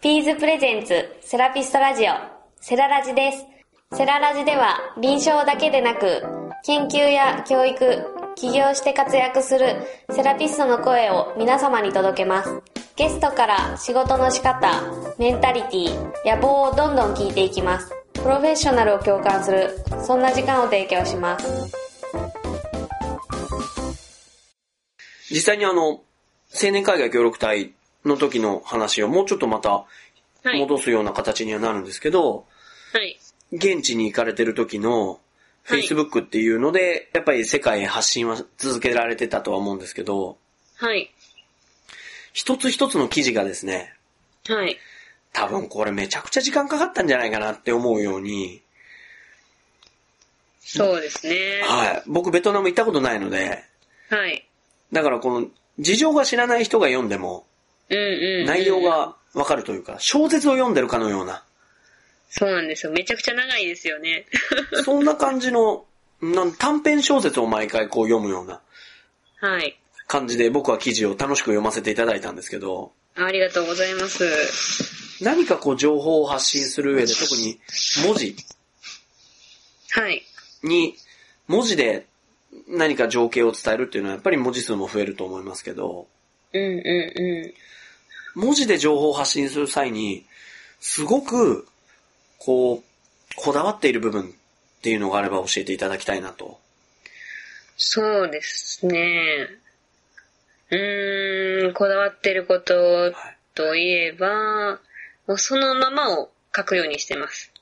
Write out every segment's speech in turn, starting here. ピーズプレゼンツセラピストラジオセララジです。セララジでは臨床だけでなく研究や教育、起業して活躍するセラピストの声を皆様に届けます。ゲストから仕事の仕方、メンタリティ、野望をどんどん聞いていきます。プロフェッショナルを共感する、そんな時間を提供します。実際にあの、青年海外協力隊の時の話をもうちょっとまたはい戻すような形にはなるんですけど、はい。現地に行かれてる時のはい Facebook っていうので、やっぱり世界へ発信は続けられてたとは思うんですけど、はい。一つ一つの記事がですね、はい。多分これめちゃくちゃ時間かかったんじゃないかなって思うように、そうですね。はい。僕ベトナム行ったことないので、はい。だからこの事情が知らない人が読んでもうんうん、うん。内容。がわかるというか、小説を読んでるかのような、そうなんですよ。めちゃくちゃ長いですよね。 そんな感じの、なん短編小説を毎回こう読むようなはい。感じで僕は記事を楽しく読ませていただいたんですけど、ありがとうございます。何かこう情報を発信する上で特に文字はい。に、文字で何か情景を伝えるっていうのはやっぱり文字数も増えると思いますけど、うんうんう文字で情報を発信する際に、すごく、こう、こだわっている部分っていうのがあれば教えていただきたいなと。ん。そうですね。うーん、こだわってることはいといえば、もうそのままを書くようにしてます。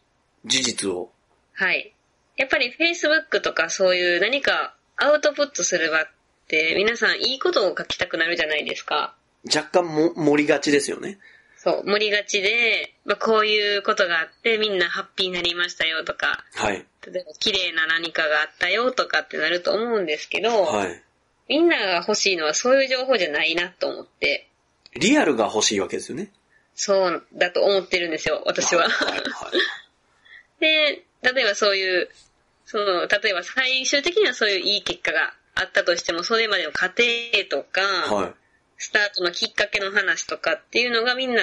事実を。はい。やっぱり Facebook とかそういう何かアウトプットする場って皆さんいいことを書きたくなるじゃないですか。若干も盛りがちですよね。そう、盛りがちで、まあ、こういうことがあってみんなハッピーになりましたよとか、はい。例えば綺麗な何かがあったよとかってなると思うんですけど、はい。みんなが欲しいのはそういう情報じゃないなと思って、リアルが欲しいわけですよね。そうだと思ってるんですよ、私は。はい。はいで、例えばそういう、その、例えば最終的にはそういういい結果があったとしても、それまでの過程とか、はい。はいスタートのきっかけの話とかっていうのがみんな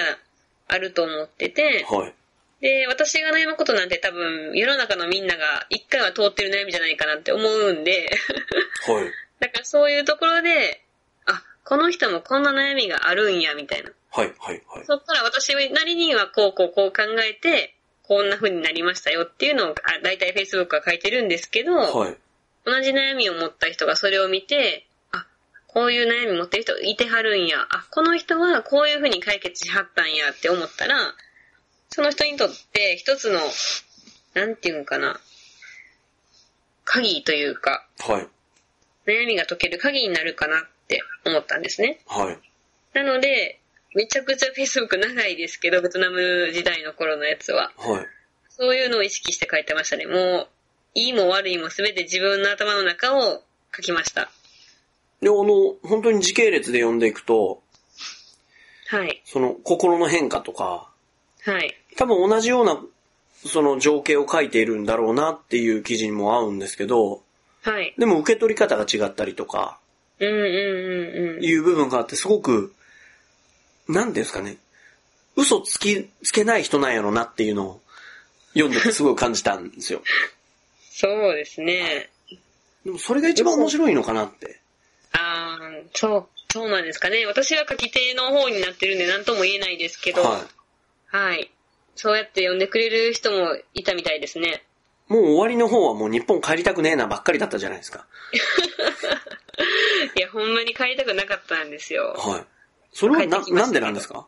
あると思ってて、はい。で、私が悩むことなんて多分、世の中のみんなが一回は通ってる悩みじゃないかなって思うんで、 はい。だからそういうところで、あ、この人もこんな悩みがあるんや、みたいな。はい。はい。はい。そっから私なりにはこうこうこう考えて、こんな風になりましたよっていうのを、あ大体 Facebook は書いてるんですけど、はい。同じ悩みを持った人がそれを見て、あ、こういう悩み持ってる人いてはるんや、あ、この人はこういう風に解決しはったんやって思ったら、その人にとって一つの、なんていうのかな、鍵というか、はい。悩みが解ける鍵になるかなって思ったんですね。はい。なので、めちゃくちゃ Facebook 長いですけど、ベトナム時代の頃のやつは。はい。そういうのを意識して書いてましたね。もう、いいも悪いも全て自分の頭の中を書きました。で、あの、本当に時系列で読んでいくと、はい。その、心の変化とか、はい。多分同じような、その情景を書いているんだろうなっていう記事にも合うんですけど、はい。でも受け取り方が違ったりとか、うんうんうんうん。いう部分があって、すごく、なんていうんですかね、嘘つき、つけない人なんやろなっていうのを読んでてすごい感じたんですよ。そうですね。でもそれが一番面白いのかなって。あー、そう、そうなんですかね。私は書き手の方になってるんで何とも言えないですけど、ははい。そうやって呼んでくれる人もいたみたいですね。い。もう終わりの方はもう日本帰りたくねえなばっかりだったじゃないですか。いや、ほんまに帰りたくなかったんですよ。はい。それは帰な、ってきまなしたんでなんですか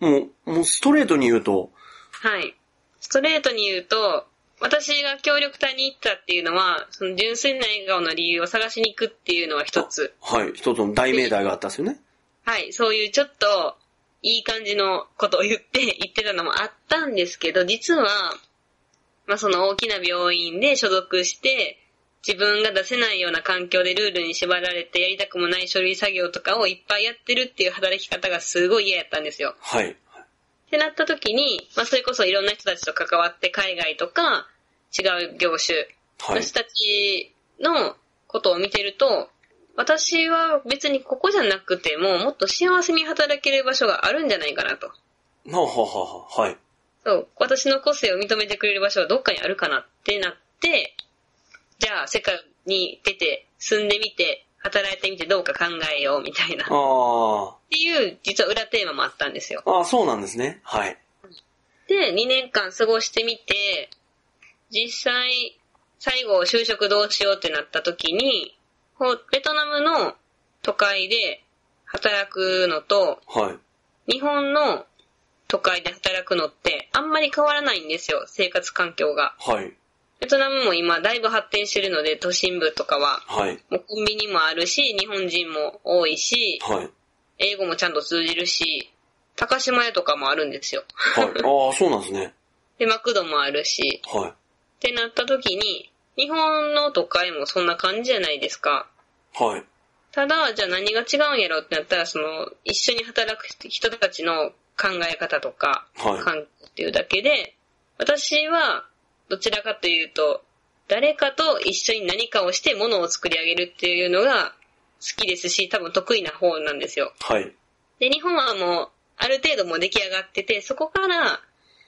もう、もうストレートに言うと、はい。ストレートに言うと、私が協力隊に行ったっていうのは、その純粋な笑顔の理由を探しに行くっていうのは一つ。はい、一つの大命題があったんですよね。はい、そういうちょっと、いい感じのことを言って、言ってたのもあったんですけど、実は、まあその大きな病院で所属して、自分が出せないような環境でルールに縛られてやりたくもない書類作業とかをいっぱいやってるっていう働き方がすごい嫌やったんですよ。はい。ってなった時に、まあ、それこそいろんな人たちと関わって海外とか違う業種はのい。人たちのことを見てると、私は別にここじゃなくてももっと幸せに働ける場所があるんじゃないかなと。はあはあはあはい。そう、私の個性を認めてくれる場所はどっかにあるかなってなって、じゃあ世界に出て住んでみて、働いてみてどうか考えようみたいな。っあていう、実は裏テーマもあったんですよ。あ。ああ、そうなんですね。はい。で、2年間過ごしてみて、実際、最後就職どうしようってなった時に、こうベトナムの都会で働くのと、はい。日本の都会で働くのってあんまり変わらないんですよ、生活環境が。はい。ベトナムも今だいぶ発展してるので、都心部とかは、はい。もうコンビニもあるし、日本人も多いし、はい。英語もちゃんと通じるし、高島屋とかもあるんですよ。はい。ああ、そうなんですね。で、マクドもあるし、はってなった時に、日本の都会もそんな感じじゃないですか。い。はい。ただ、じゃあ何が違うんやろってなったら、その、一緒に働く人たちの考え方とか、はい環境っていうだけで、私は、どちらかというと、誰かと一緒に何かをして物を作り上げるっていうのが好きですし、多分得意な方なんですよ。はい。で、日本はもう、ある程度もう出来上がってて、そこから、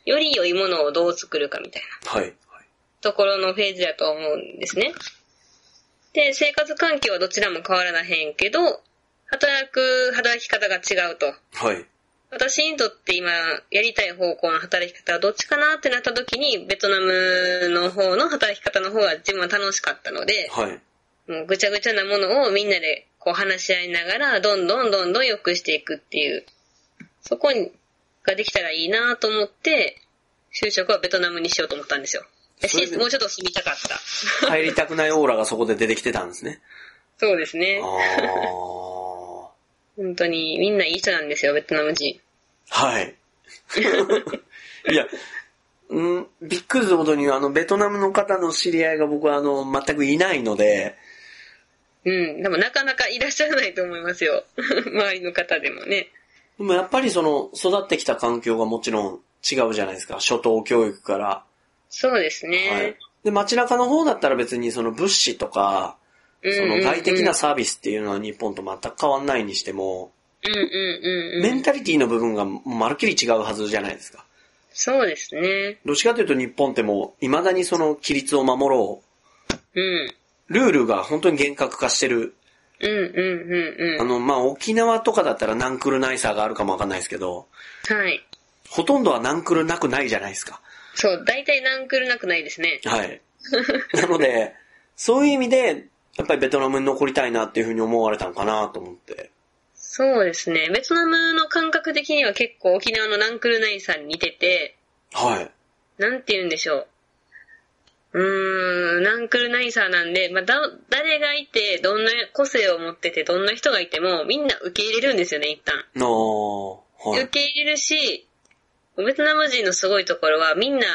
より良いものをどう作るかみたいな。はい。ところのフェーズやと思うんですね。で、生活環境はどちらも変わらなへんけど、働く、働き方が違うと。はい。私にとって今、やりたい方向の働き方はどっちかなってなった時に、ベトナムの方の働き方の方が自分は楽しかったので、はい。もうぐちゃぐちゃなものをみんなでこう話し合いながら、どんどんどんどん良くしていくっていう、そこができたらいいなと思って、就職はベトナムにしようと思ったんですよ。それでもうちょっと住みたかった。入りたくないオーラがそこで出てきてたんですね。そうですねあ。あ。本当にみんないい人なんですよ、ベトナム人。はい。 いや、うん、びっくりすることに、あの、ベトナムの方の知り合いが僕は、あの、全くいないので、うん。でもなかなかいらっしゃらないと思いますよ。 周りの方でもね。でもやっぱりその、育ってきた環境がもちろん違うじゃないですか。初等教育から。はそうですねい。。で、街中の方だったら別にその物資とか、そうんうんうのん外的なサービスっていうのは日本と全く変わんないにしても、うんうんうんメうンん。タリティの部分がもうまるっきり違うはずじゃないですか。そうですね。どっちかというと日本ってもう、未だにその規律を守ろううん。ルールが本当に厳格化してる。うんうんうんあの、まあ、沖縄とかだったらナンクルナイサーがあるかもわかんないですけど、うん。はい。ほとんどはナンクルなくないじゃないですか。そう、大体ナンクルなくないですね。 はい。なので、そういう意味で、やっぱりベトナムに残りたいなっていうふうに思われたのかなと思って。そうですね。ベトナムの感覚的には結構沖縄のナンクルナイさんに似てて、はい。なんて言うんでしょう。うーん、ナンクルナイサーなんで、まあ、だ、誰がいて、どんな個性を持ってて、どんな人がいても、みんな受け入れるんですよね、一旦。のは受い。け入れるし、ベトナム人のすごいところは、みんな、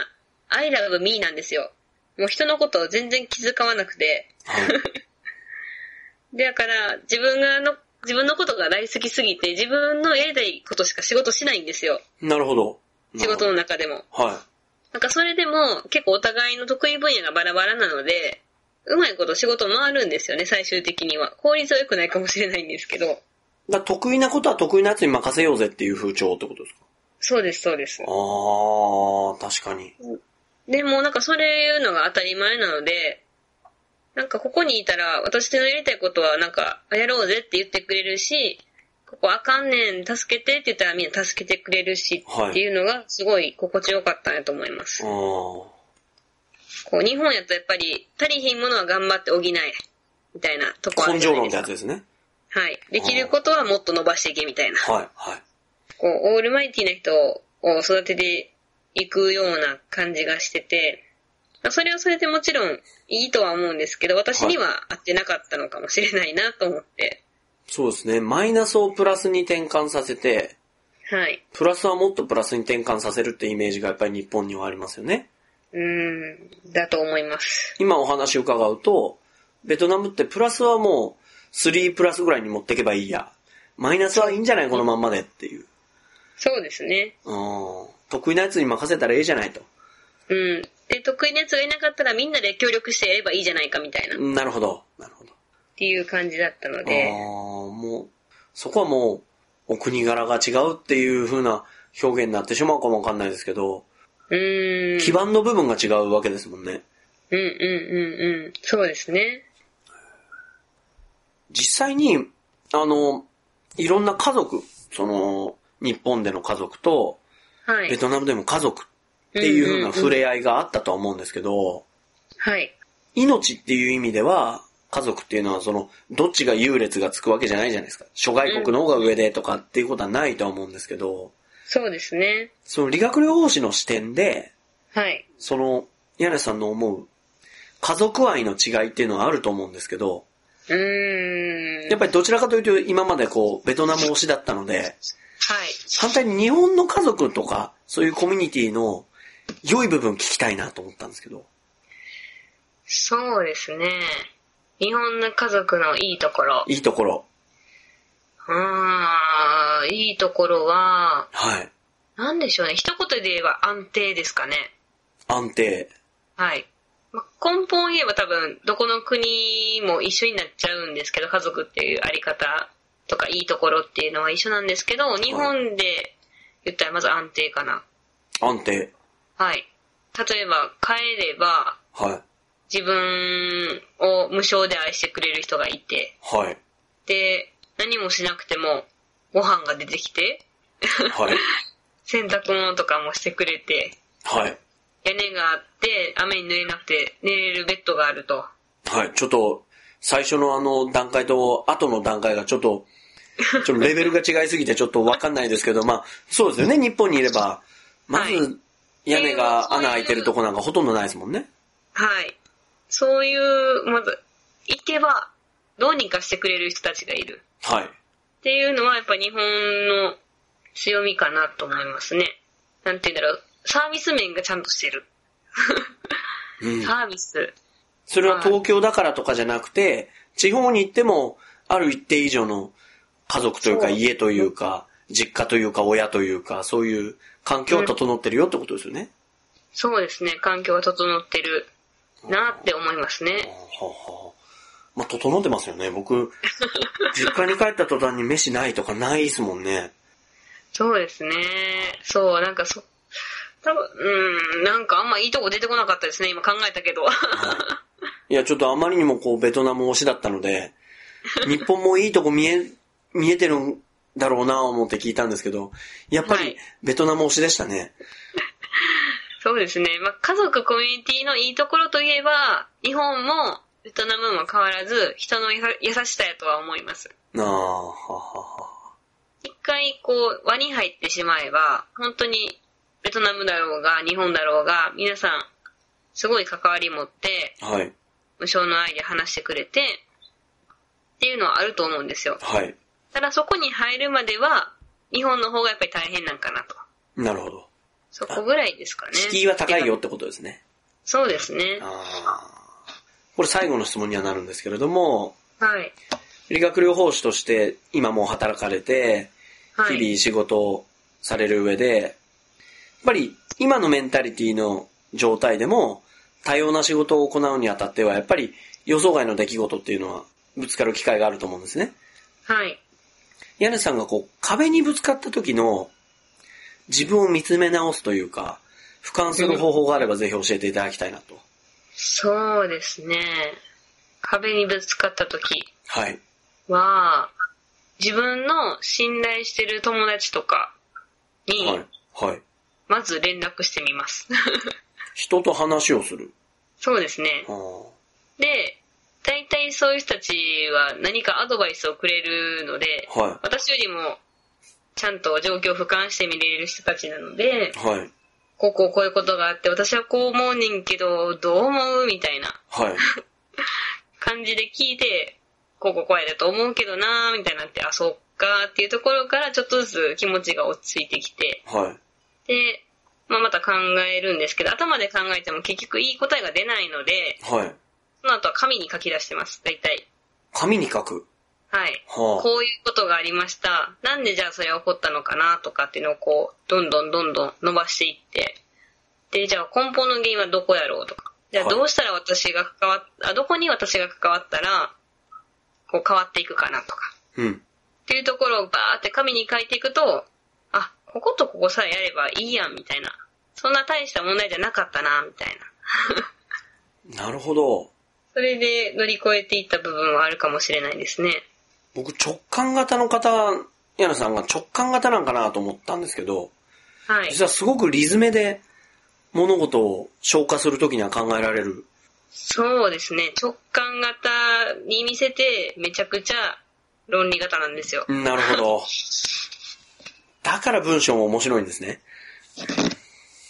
I love me なんですよ。もう人のことを全然気遣わなくて。はい。だから、自分がの、自分のことが大好きすぎて、自分のやりたいことしか仕事しないんですよ。なるほど。 仕事の中でも。はなんかそれでも結構お互いの得意分野がバラバラなので、うまいこと仕事回るんですよね、最終的には。効率は良くないかもしれないんですけど。い。だから得意なことは得意なやつに任せようぜっていう風潮ってことですかそうです、そうです。ああ、確かに。でもなんかそういうのが当たり前なので、なんかここにいたら私のやりたいことはなんかやろうぜって言ってくれるし、ここあかんねん、助けてって言ったらみんな助けてくれるしはいっていうのがすごい心地よかったんやと思います。あーこう日本やとやっぱり足りひんものは頑張って補え、みたいなとこある根じゃ性な論っいでてすかやつですね。はい。できることはもっと伸ばしていけみたいな。はい、はい。こう、オールマイティな人を育てていくような感じがしてて、まあそれはそれでもちろんいいとは思うんですけど、私には合ってなかったのかもしれないなと思って。そうですね。マイナスをプラスに転換させて、はい。プラスはもっとプラスに転換させるってイメージがやっぱり日本にはありますよね。うーん、だと思います。今お話伺うと、ベトナムってプラスはもう3プラスぐらいに持ってけばいいや。マイナスはいいんじゃないこのまんまでっていう。そうですね。うん。得意なやつに任せたらええじゃないと。うん。で、得意なやつがいなかったらみんなで協力してやればいいじゃないかみたいな、っなるほど。なるほど。ていう感じだったのああで、ー、もう、そこはもう、お国柄が違うっていう風な表現になってしまうかもわかんないですけど、うーん。基盤の部分が違うわけですもんね。うんうんうんうん。そうですね。実際に、あの、いろんな家族、その、日本での家族と、はい。ベトナムでも家族っていう風な触れ。れ合いがあったとは思うんですけど、はい。命っていう意味では、家族っていうのはその、どっちが優劣がつくわけじゃないじゃないですか。諸外国の方が上でとかっていうことはないとは思うんですけど、そうですね。その理学療法士の視点で、はい。その、柳さんの思う、家族愛の違いっていうのはあると思うんですけど、うーん。やっぱりどちらかというと今までこう、ベトナム推しだったので、はい。反対に日本の家族とか、そういうコミュニティの良い部分聞きたいなと思ったんですけど。そうですね。日本の家族のいいところ。いいところ。うーん。いいところは、はい。なんでしょうね。一言で言えば安定ですかね。安定。はい。まあ根本を言えば多分、どこの国も一緒になっちゃうんですけど、家族っていうあり方とかいいところっていうのは一緒なんですけど、日本で言ったらまず安定かな。安定。はい。例えば、帰れば、はい。自分を無償で愛してくれる人がいて、はい。で、何もしなくても、ご飯が出てきて、はい。洗濯物とかもしてくれて、はい。屋根があって、雨に濡れなくて寝れるベッドがあると。はい。ちょっと、最初のあの段階と後の段階がちょっと、ちょっとレベルが違いすぎてちょっとわかんないですけど、まあ、そうですよね。日本にいれば、まはず、屋根が穴開いてるとこなんかほとんどないですもんね。はい。そういう、まず、行けば、どうにかしてくれる人たちがいる。はい。っていうのは、やっぱ日本の強みかなと思いますね。なんて言うんだろう。サービス面がちゃんとしてる。うん。サービス。それは東京だからとかじゃなくて、地方に行っても、ある一定以上の家族というかそう家というか、実家というか親というか、そういう環境は整ってるよってことですよね。そうですね。環境が整ってるなって思いますね。はあはあまあ、整ってますよね。僕、実家に帰った途端に飯ないとかないですもんね。そうですね。そう、なんかそ、多分、うん、なんかあんまいいとこ出てこなかったですね。今考えたけど。 いや、ちょっとあまりにもこう、ベトナム推しだったので、日本もいいとこ見え、見えてるんだろうな思って聞いたんですけど、やっぱはりい、ベトナム推しでしたね。そうですね。まあ、家族コミュニティのいいところといえば、日本もベトナムも変わらず、人のやさ優しさやとは思います。なあ、はあはあはあ。一回こう、輪に入ってしまえば、本当にベトナムだろうが、日本だろうが、皆さん、すごい関わり持って、はい、無償の愛で話してくれて、っていうのはあると思うんですよ。はい。ただそこに入るまでは、日本の方がやっぱり大変なんかなと。なるほど。そこぐらいですかね。敷居は高いよってことですね。そうですね。あーこれ最後の質問にはなるんですけれども、はい。理学療法士として今もう働かれて、は日い。々仕事をされる上で、やっぱり今のメンタリティの状態でも、多様な仕事を行うにあたっては、やっぱり予想外の出来事っていうのはぶつかる機会があると思うんですね。はい。屋根さんがこう壁にぶつかった時の自分を見つめ直すというか、俯瞰する方法があればぜひ教えていただきたいなと。そうですね。壁にぶつかった時はい。は、自分の信頼してる友達とかはにい、。はい。まず連絡してみます。 人と話をする。そうですねあ。ーで、大体そういう人たちは何かアドバイスをくれるので、は私よりもちゃんと状況を俯瞰して見れる人たちなのでい。、はい。こうこうこういうことがあって、私はこう思うねんけど、どう思うみたいなはい。感じで聞いて、こうこうこうやだと思うけどなーみたいになって、あ、そっかーっていうところからちょっとずつ気持ちが落ち着いてきて、はい。で、まあ、また考えるんですけど、頭で考えても結局いい答えが出ないので、はい。その後は紙に書き出してます、大体。紙に書く。はい。はこういうことがありました。なんでじゃあそれは起こったのかなとかっていうのをこう、どんどんどんどん伸ばしていって、で、じゃあ根本の原因はどこやろうとか、じゃあはいどうしたら私が関わっ、あ、どこに私が関わったら、こう変わっていくかなとか、あ。うん。っていうところをバーって紙に書いていくと、あ、こことここさえやればいいやん、みたいな。そんな大した問題じゃなかったな、みたいな。なるほど。それで乗り越えていった部分はあるかもしれないですね。僕直感型の方、柳さんが直感型なんかなと思ったんですけど、はい。実はすごくリズムで物事を消化するときには考えられる。そうですね。直感型に見せて、めちゃくちゃ論理型なんですよ。なるほど。だから文章も面白いんですね。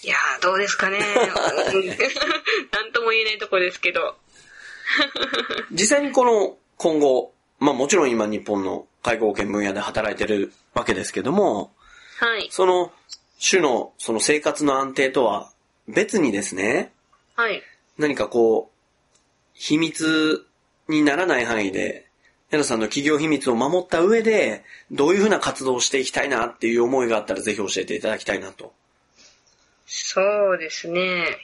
いやー、どうですかね。 うんなんとも言えないとこですけど。実際にこの今後、まあもちろん今日本の介護保険分野で働いてるわけですけども、はい。その種のその生活の安定とは別にですね、はい。何かこう、秘密にならない範囲で、皆さんの企業秘密を守った上で、どういうふうな活動をしていきたいなっていう思いがあったらぜひ教えていただきたいなと。そうですね。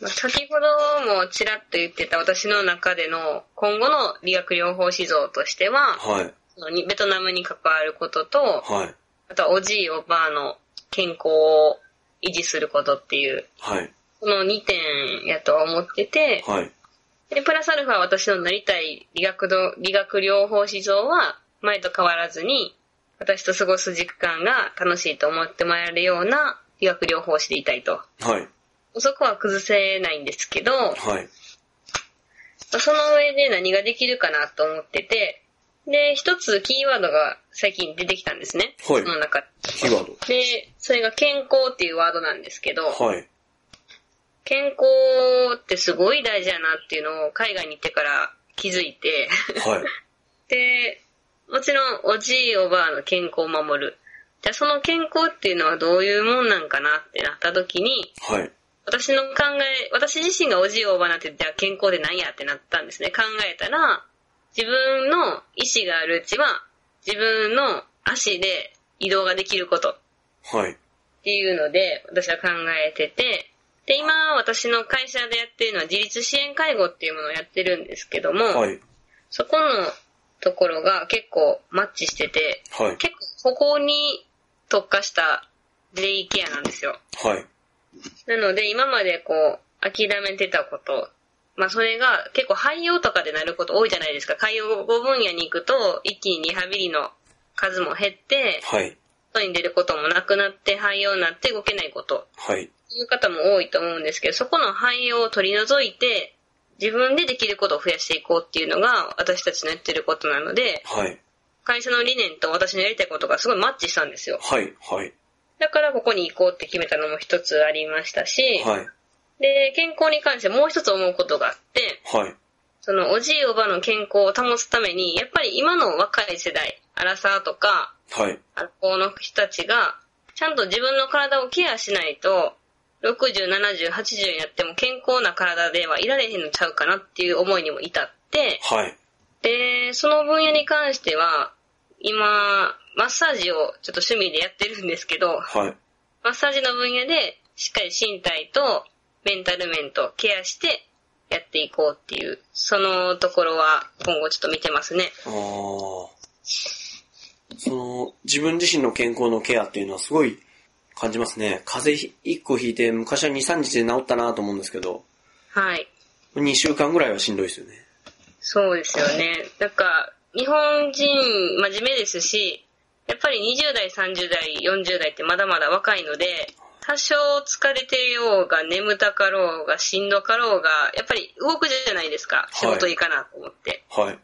まあ先ほどもちらっと言ってた私の中での今後の理学療法士像としては、はい。そのにベトナムに関わることと、はい。あとはおじいおばあの健康を維持することっていう、はい。この2点やとは思ってて、はい。で、プラスアルファ私のなりたい理学の理学療法士像は前と変わらずに、私と過ごす時間が楽しいと思ってもらえるような理学療法士でいたいと。はい。そこは崩せないんですけど、はい。その上で何ができるかなと思ってて、で、一つキーワードが最近出てきたんですね。はいその中で。キーワーで、それが健康っていうワードなんですけど、ド。はい。健康ってすごい大事やなっていうのを海外に行ってから気づいて、はい。で、もちろんおじいおばあの健康を守る。じゃあその健康っていうのはどういうもんなんかなってなった時に、はい。私の考え、私自身がおじいおばあになって、じゃあ健康でなんやってなったんですね。考えたら、自分の意志があるうちは、自分の足で移動ができることっはい。ていうので、私は考えてて、で、今、私の会社でやってるのは自立支援介護っていうものをやってるんですけども、はい。そこのところが結構マッチしてて、はい。結構ここに特化したデイケアなんですよ。はい。なので今までこう諦めてたこと、まあそれが結構廃養とかでなること多いじゃないですか。介護分野に行くと一気にリハビリの数も減って、はい。外に出ることもなくなって廃養になって動けないこと、はい。いう方も多いと思うんですけど、そこの廃養を取り除いて、自分でできることを増やしていこうっていうのが私たちのやってることなので、はい。会社の理念と私のやりたいことがすごいマッチしたんですよ。はい。はい。だからここに行こうって決めたのも一つありましたし、はい。で、健康に関してもう一つ思うことがあって、はい。そのおじいおばの健康を保つために、やっぱり今の若い世代、アラサーとか、はい。あのこの人たちが、ちゃんと自分の体をケアしないと、60、70、80になっても健康な体ではいられへんのちゃうかなっていう思いにも至って、はい。で、その分野に関しては、今、マッサージをちょっと趣味でやってるんですけど、はい。マッサージの分野でしっかり身体とメンタル面とケアしてやっていこうっていう、そのところは今後ちょっと見てますね。あーその、自分自身の健康のケアっていうのはすごい感じますね。風邪ひ一個ひいて、昔は2、3日で治ったなと思うんですけど、はい。 2週間ぐらいはしんどいですよね。そうですよね。なんか、日本人真面目ですし、やっぱり20代、30代、40代ってまだまだ若いので、多少疲れてようが、眠たかろうが、しんどかろうが、やっぱり動くじゃないですか。仕事いいかなと思って。はい。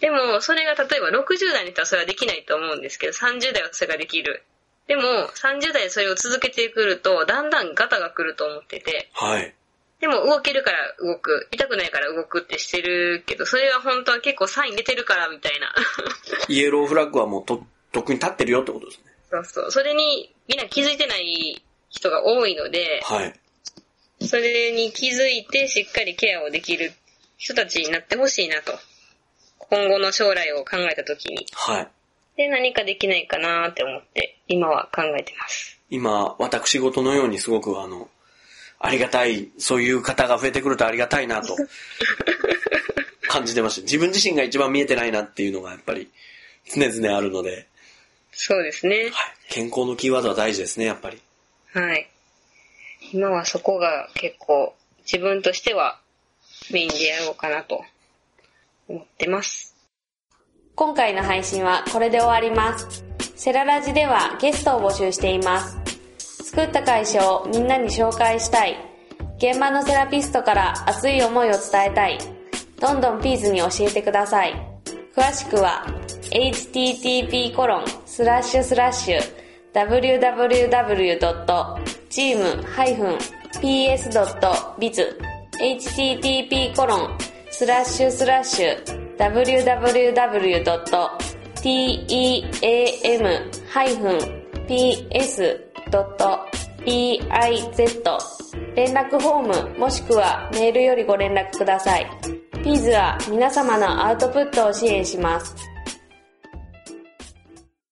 でも、それが例えば60代の人はそれはできないと思うんですけど、30代はそれができる。でも、30代でそれを続けてくると、だんだんガタが来ると思ってて、はい。でも動けるから動く、痛くないから動くってしてるけど、それは本当は結構サイン出てるからみたいな。 イエローフラッグはもうと、とっくに立ってるよってことですね。そうそう。それにみんな気づいてない人が多いので、はい。それに気づいてしっかりケアをできる人たちになってほしいなと。今後の将来を考えた時に。はい。で、何かできないかなって思って、今は考えてます。今、私事のようにすごくあの、ありがたい、そういう方が増えてくるとありがたいなと感じてました。自分自身が一番見えてないなっていうのがやっぱり常々あるので、そうですね。はい。健康のキーワードは大事ですね、やっぱり。はい。今はそこが結構自分としてはメインでやろうかなと思ってます。今回の配信はこれで終わります。セララジではゲストを募集しています。作った会社をみんなに紹介したい。現場のセラピストから熱い思いを伝えたい。どんどんピーズに教えてください。詳しくは http://www.team-ps.biz http://www.team-ps.biz 連絡フォームもしくはメールよりご連絡ください。ピーズは皆様のアウトプットを支援します。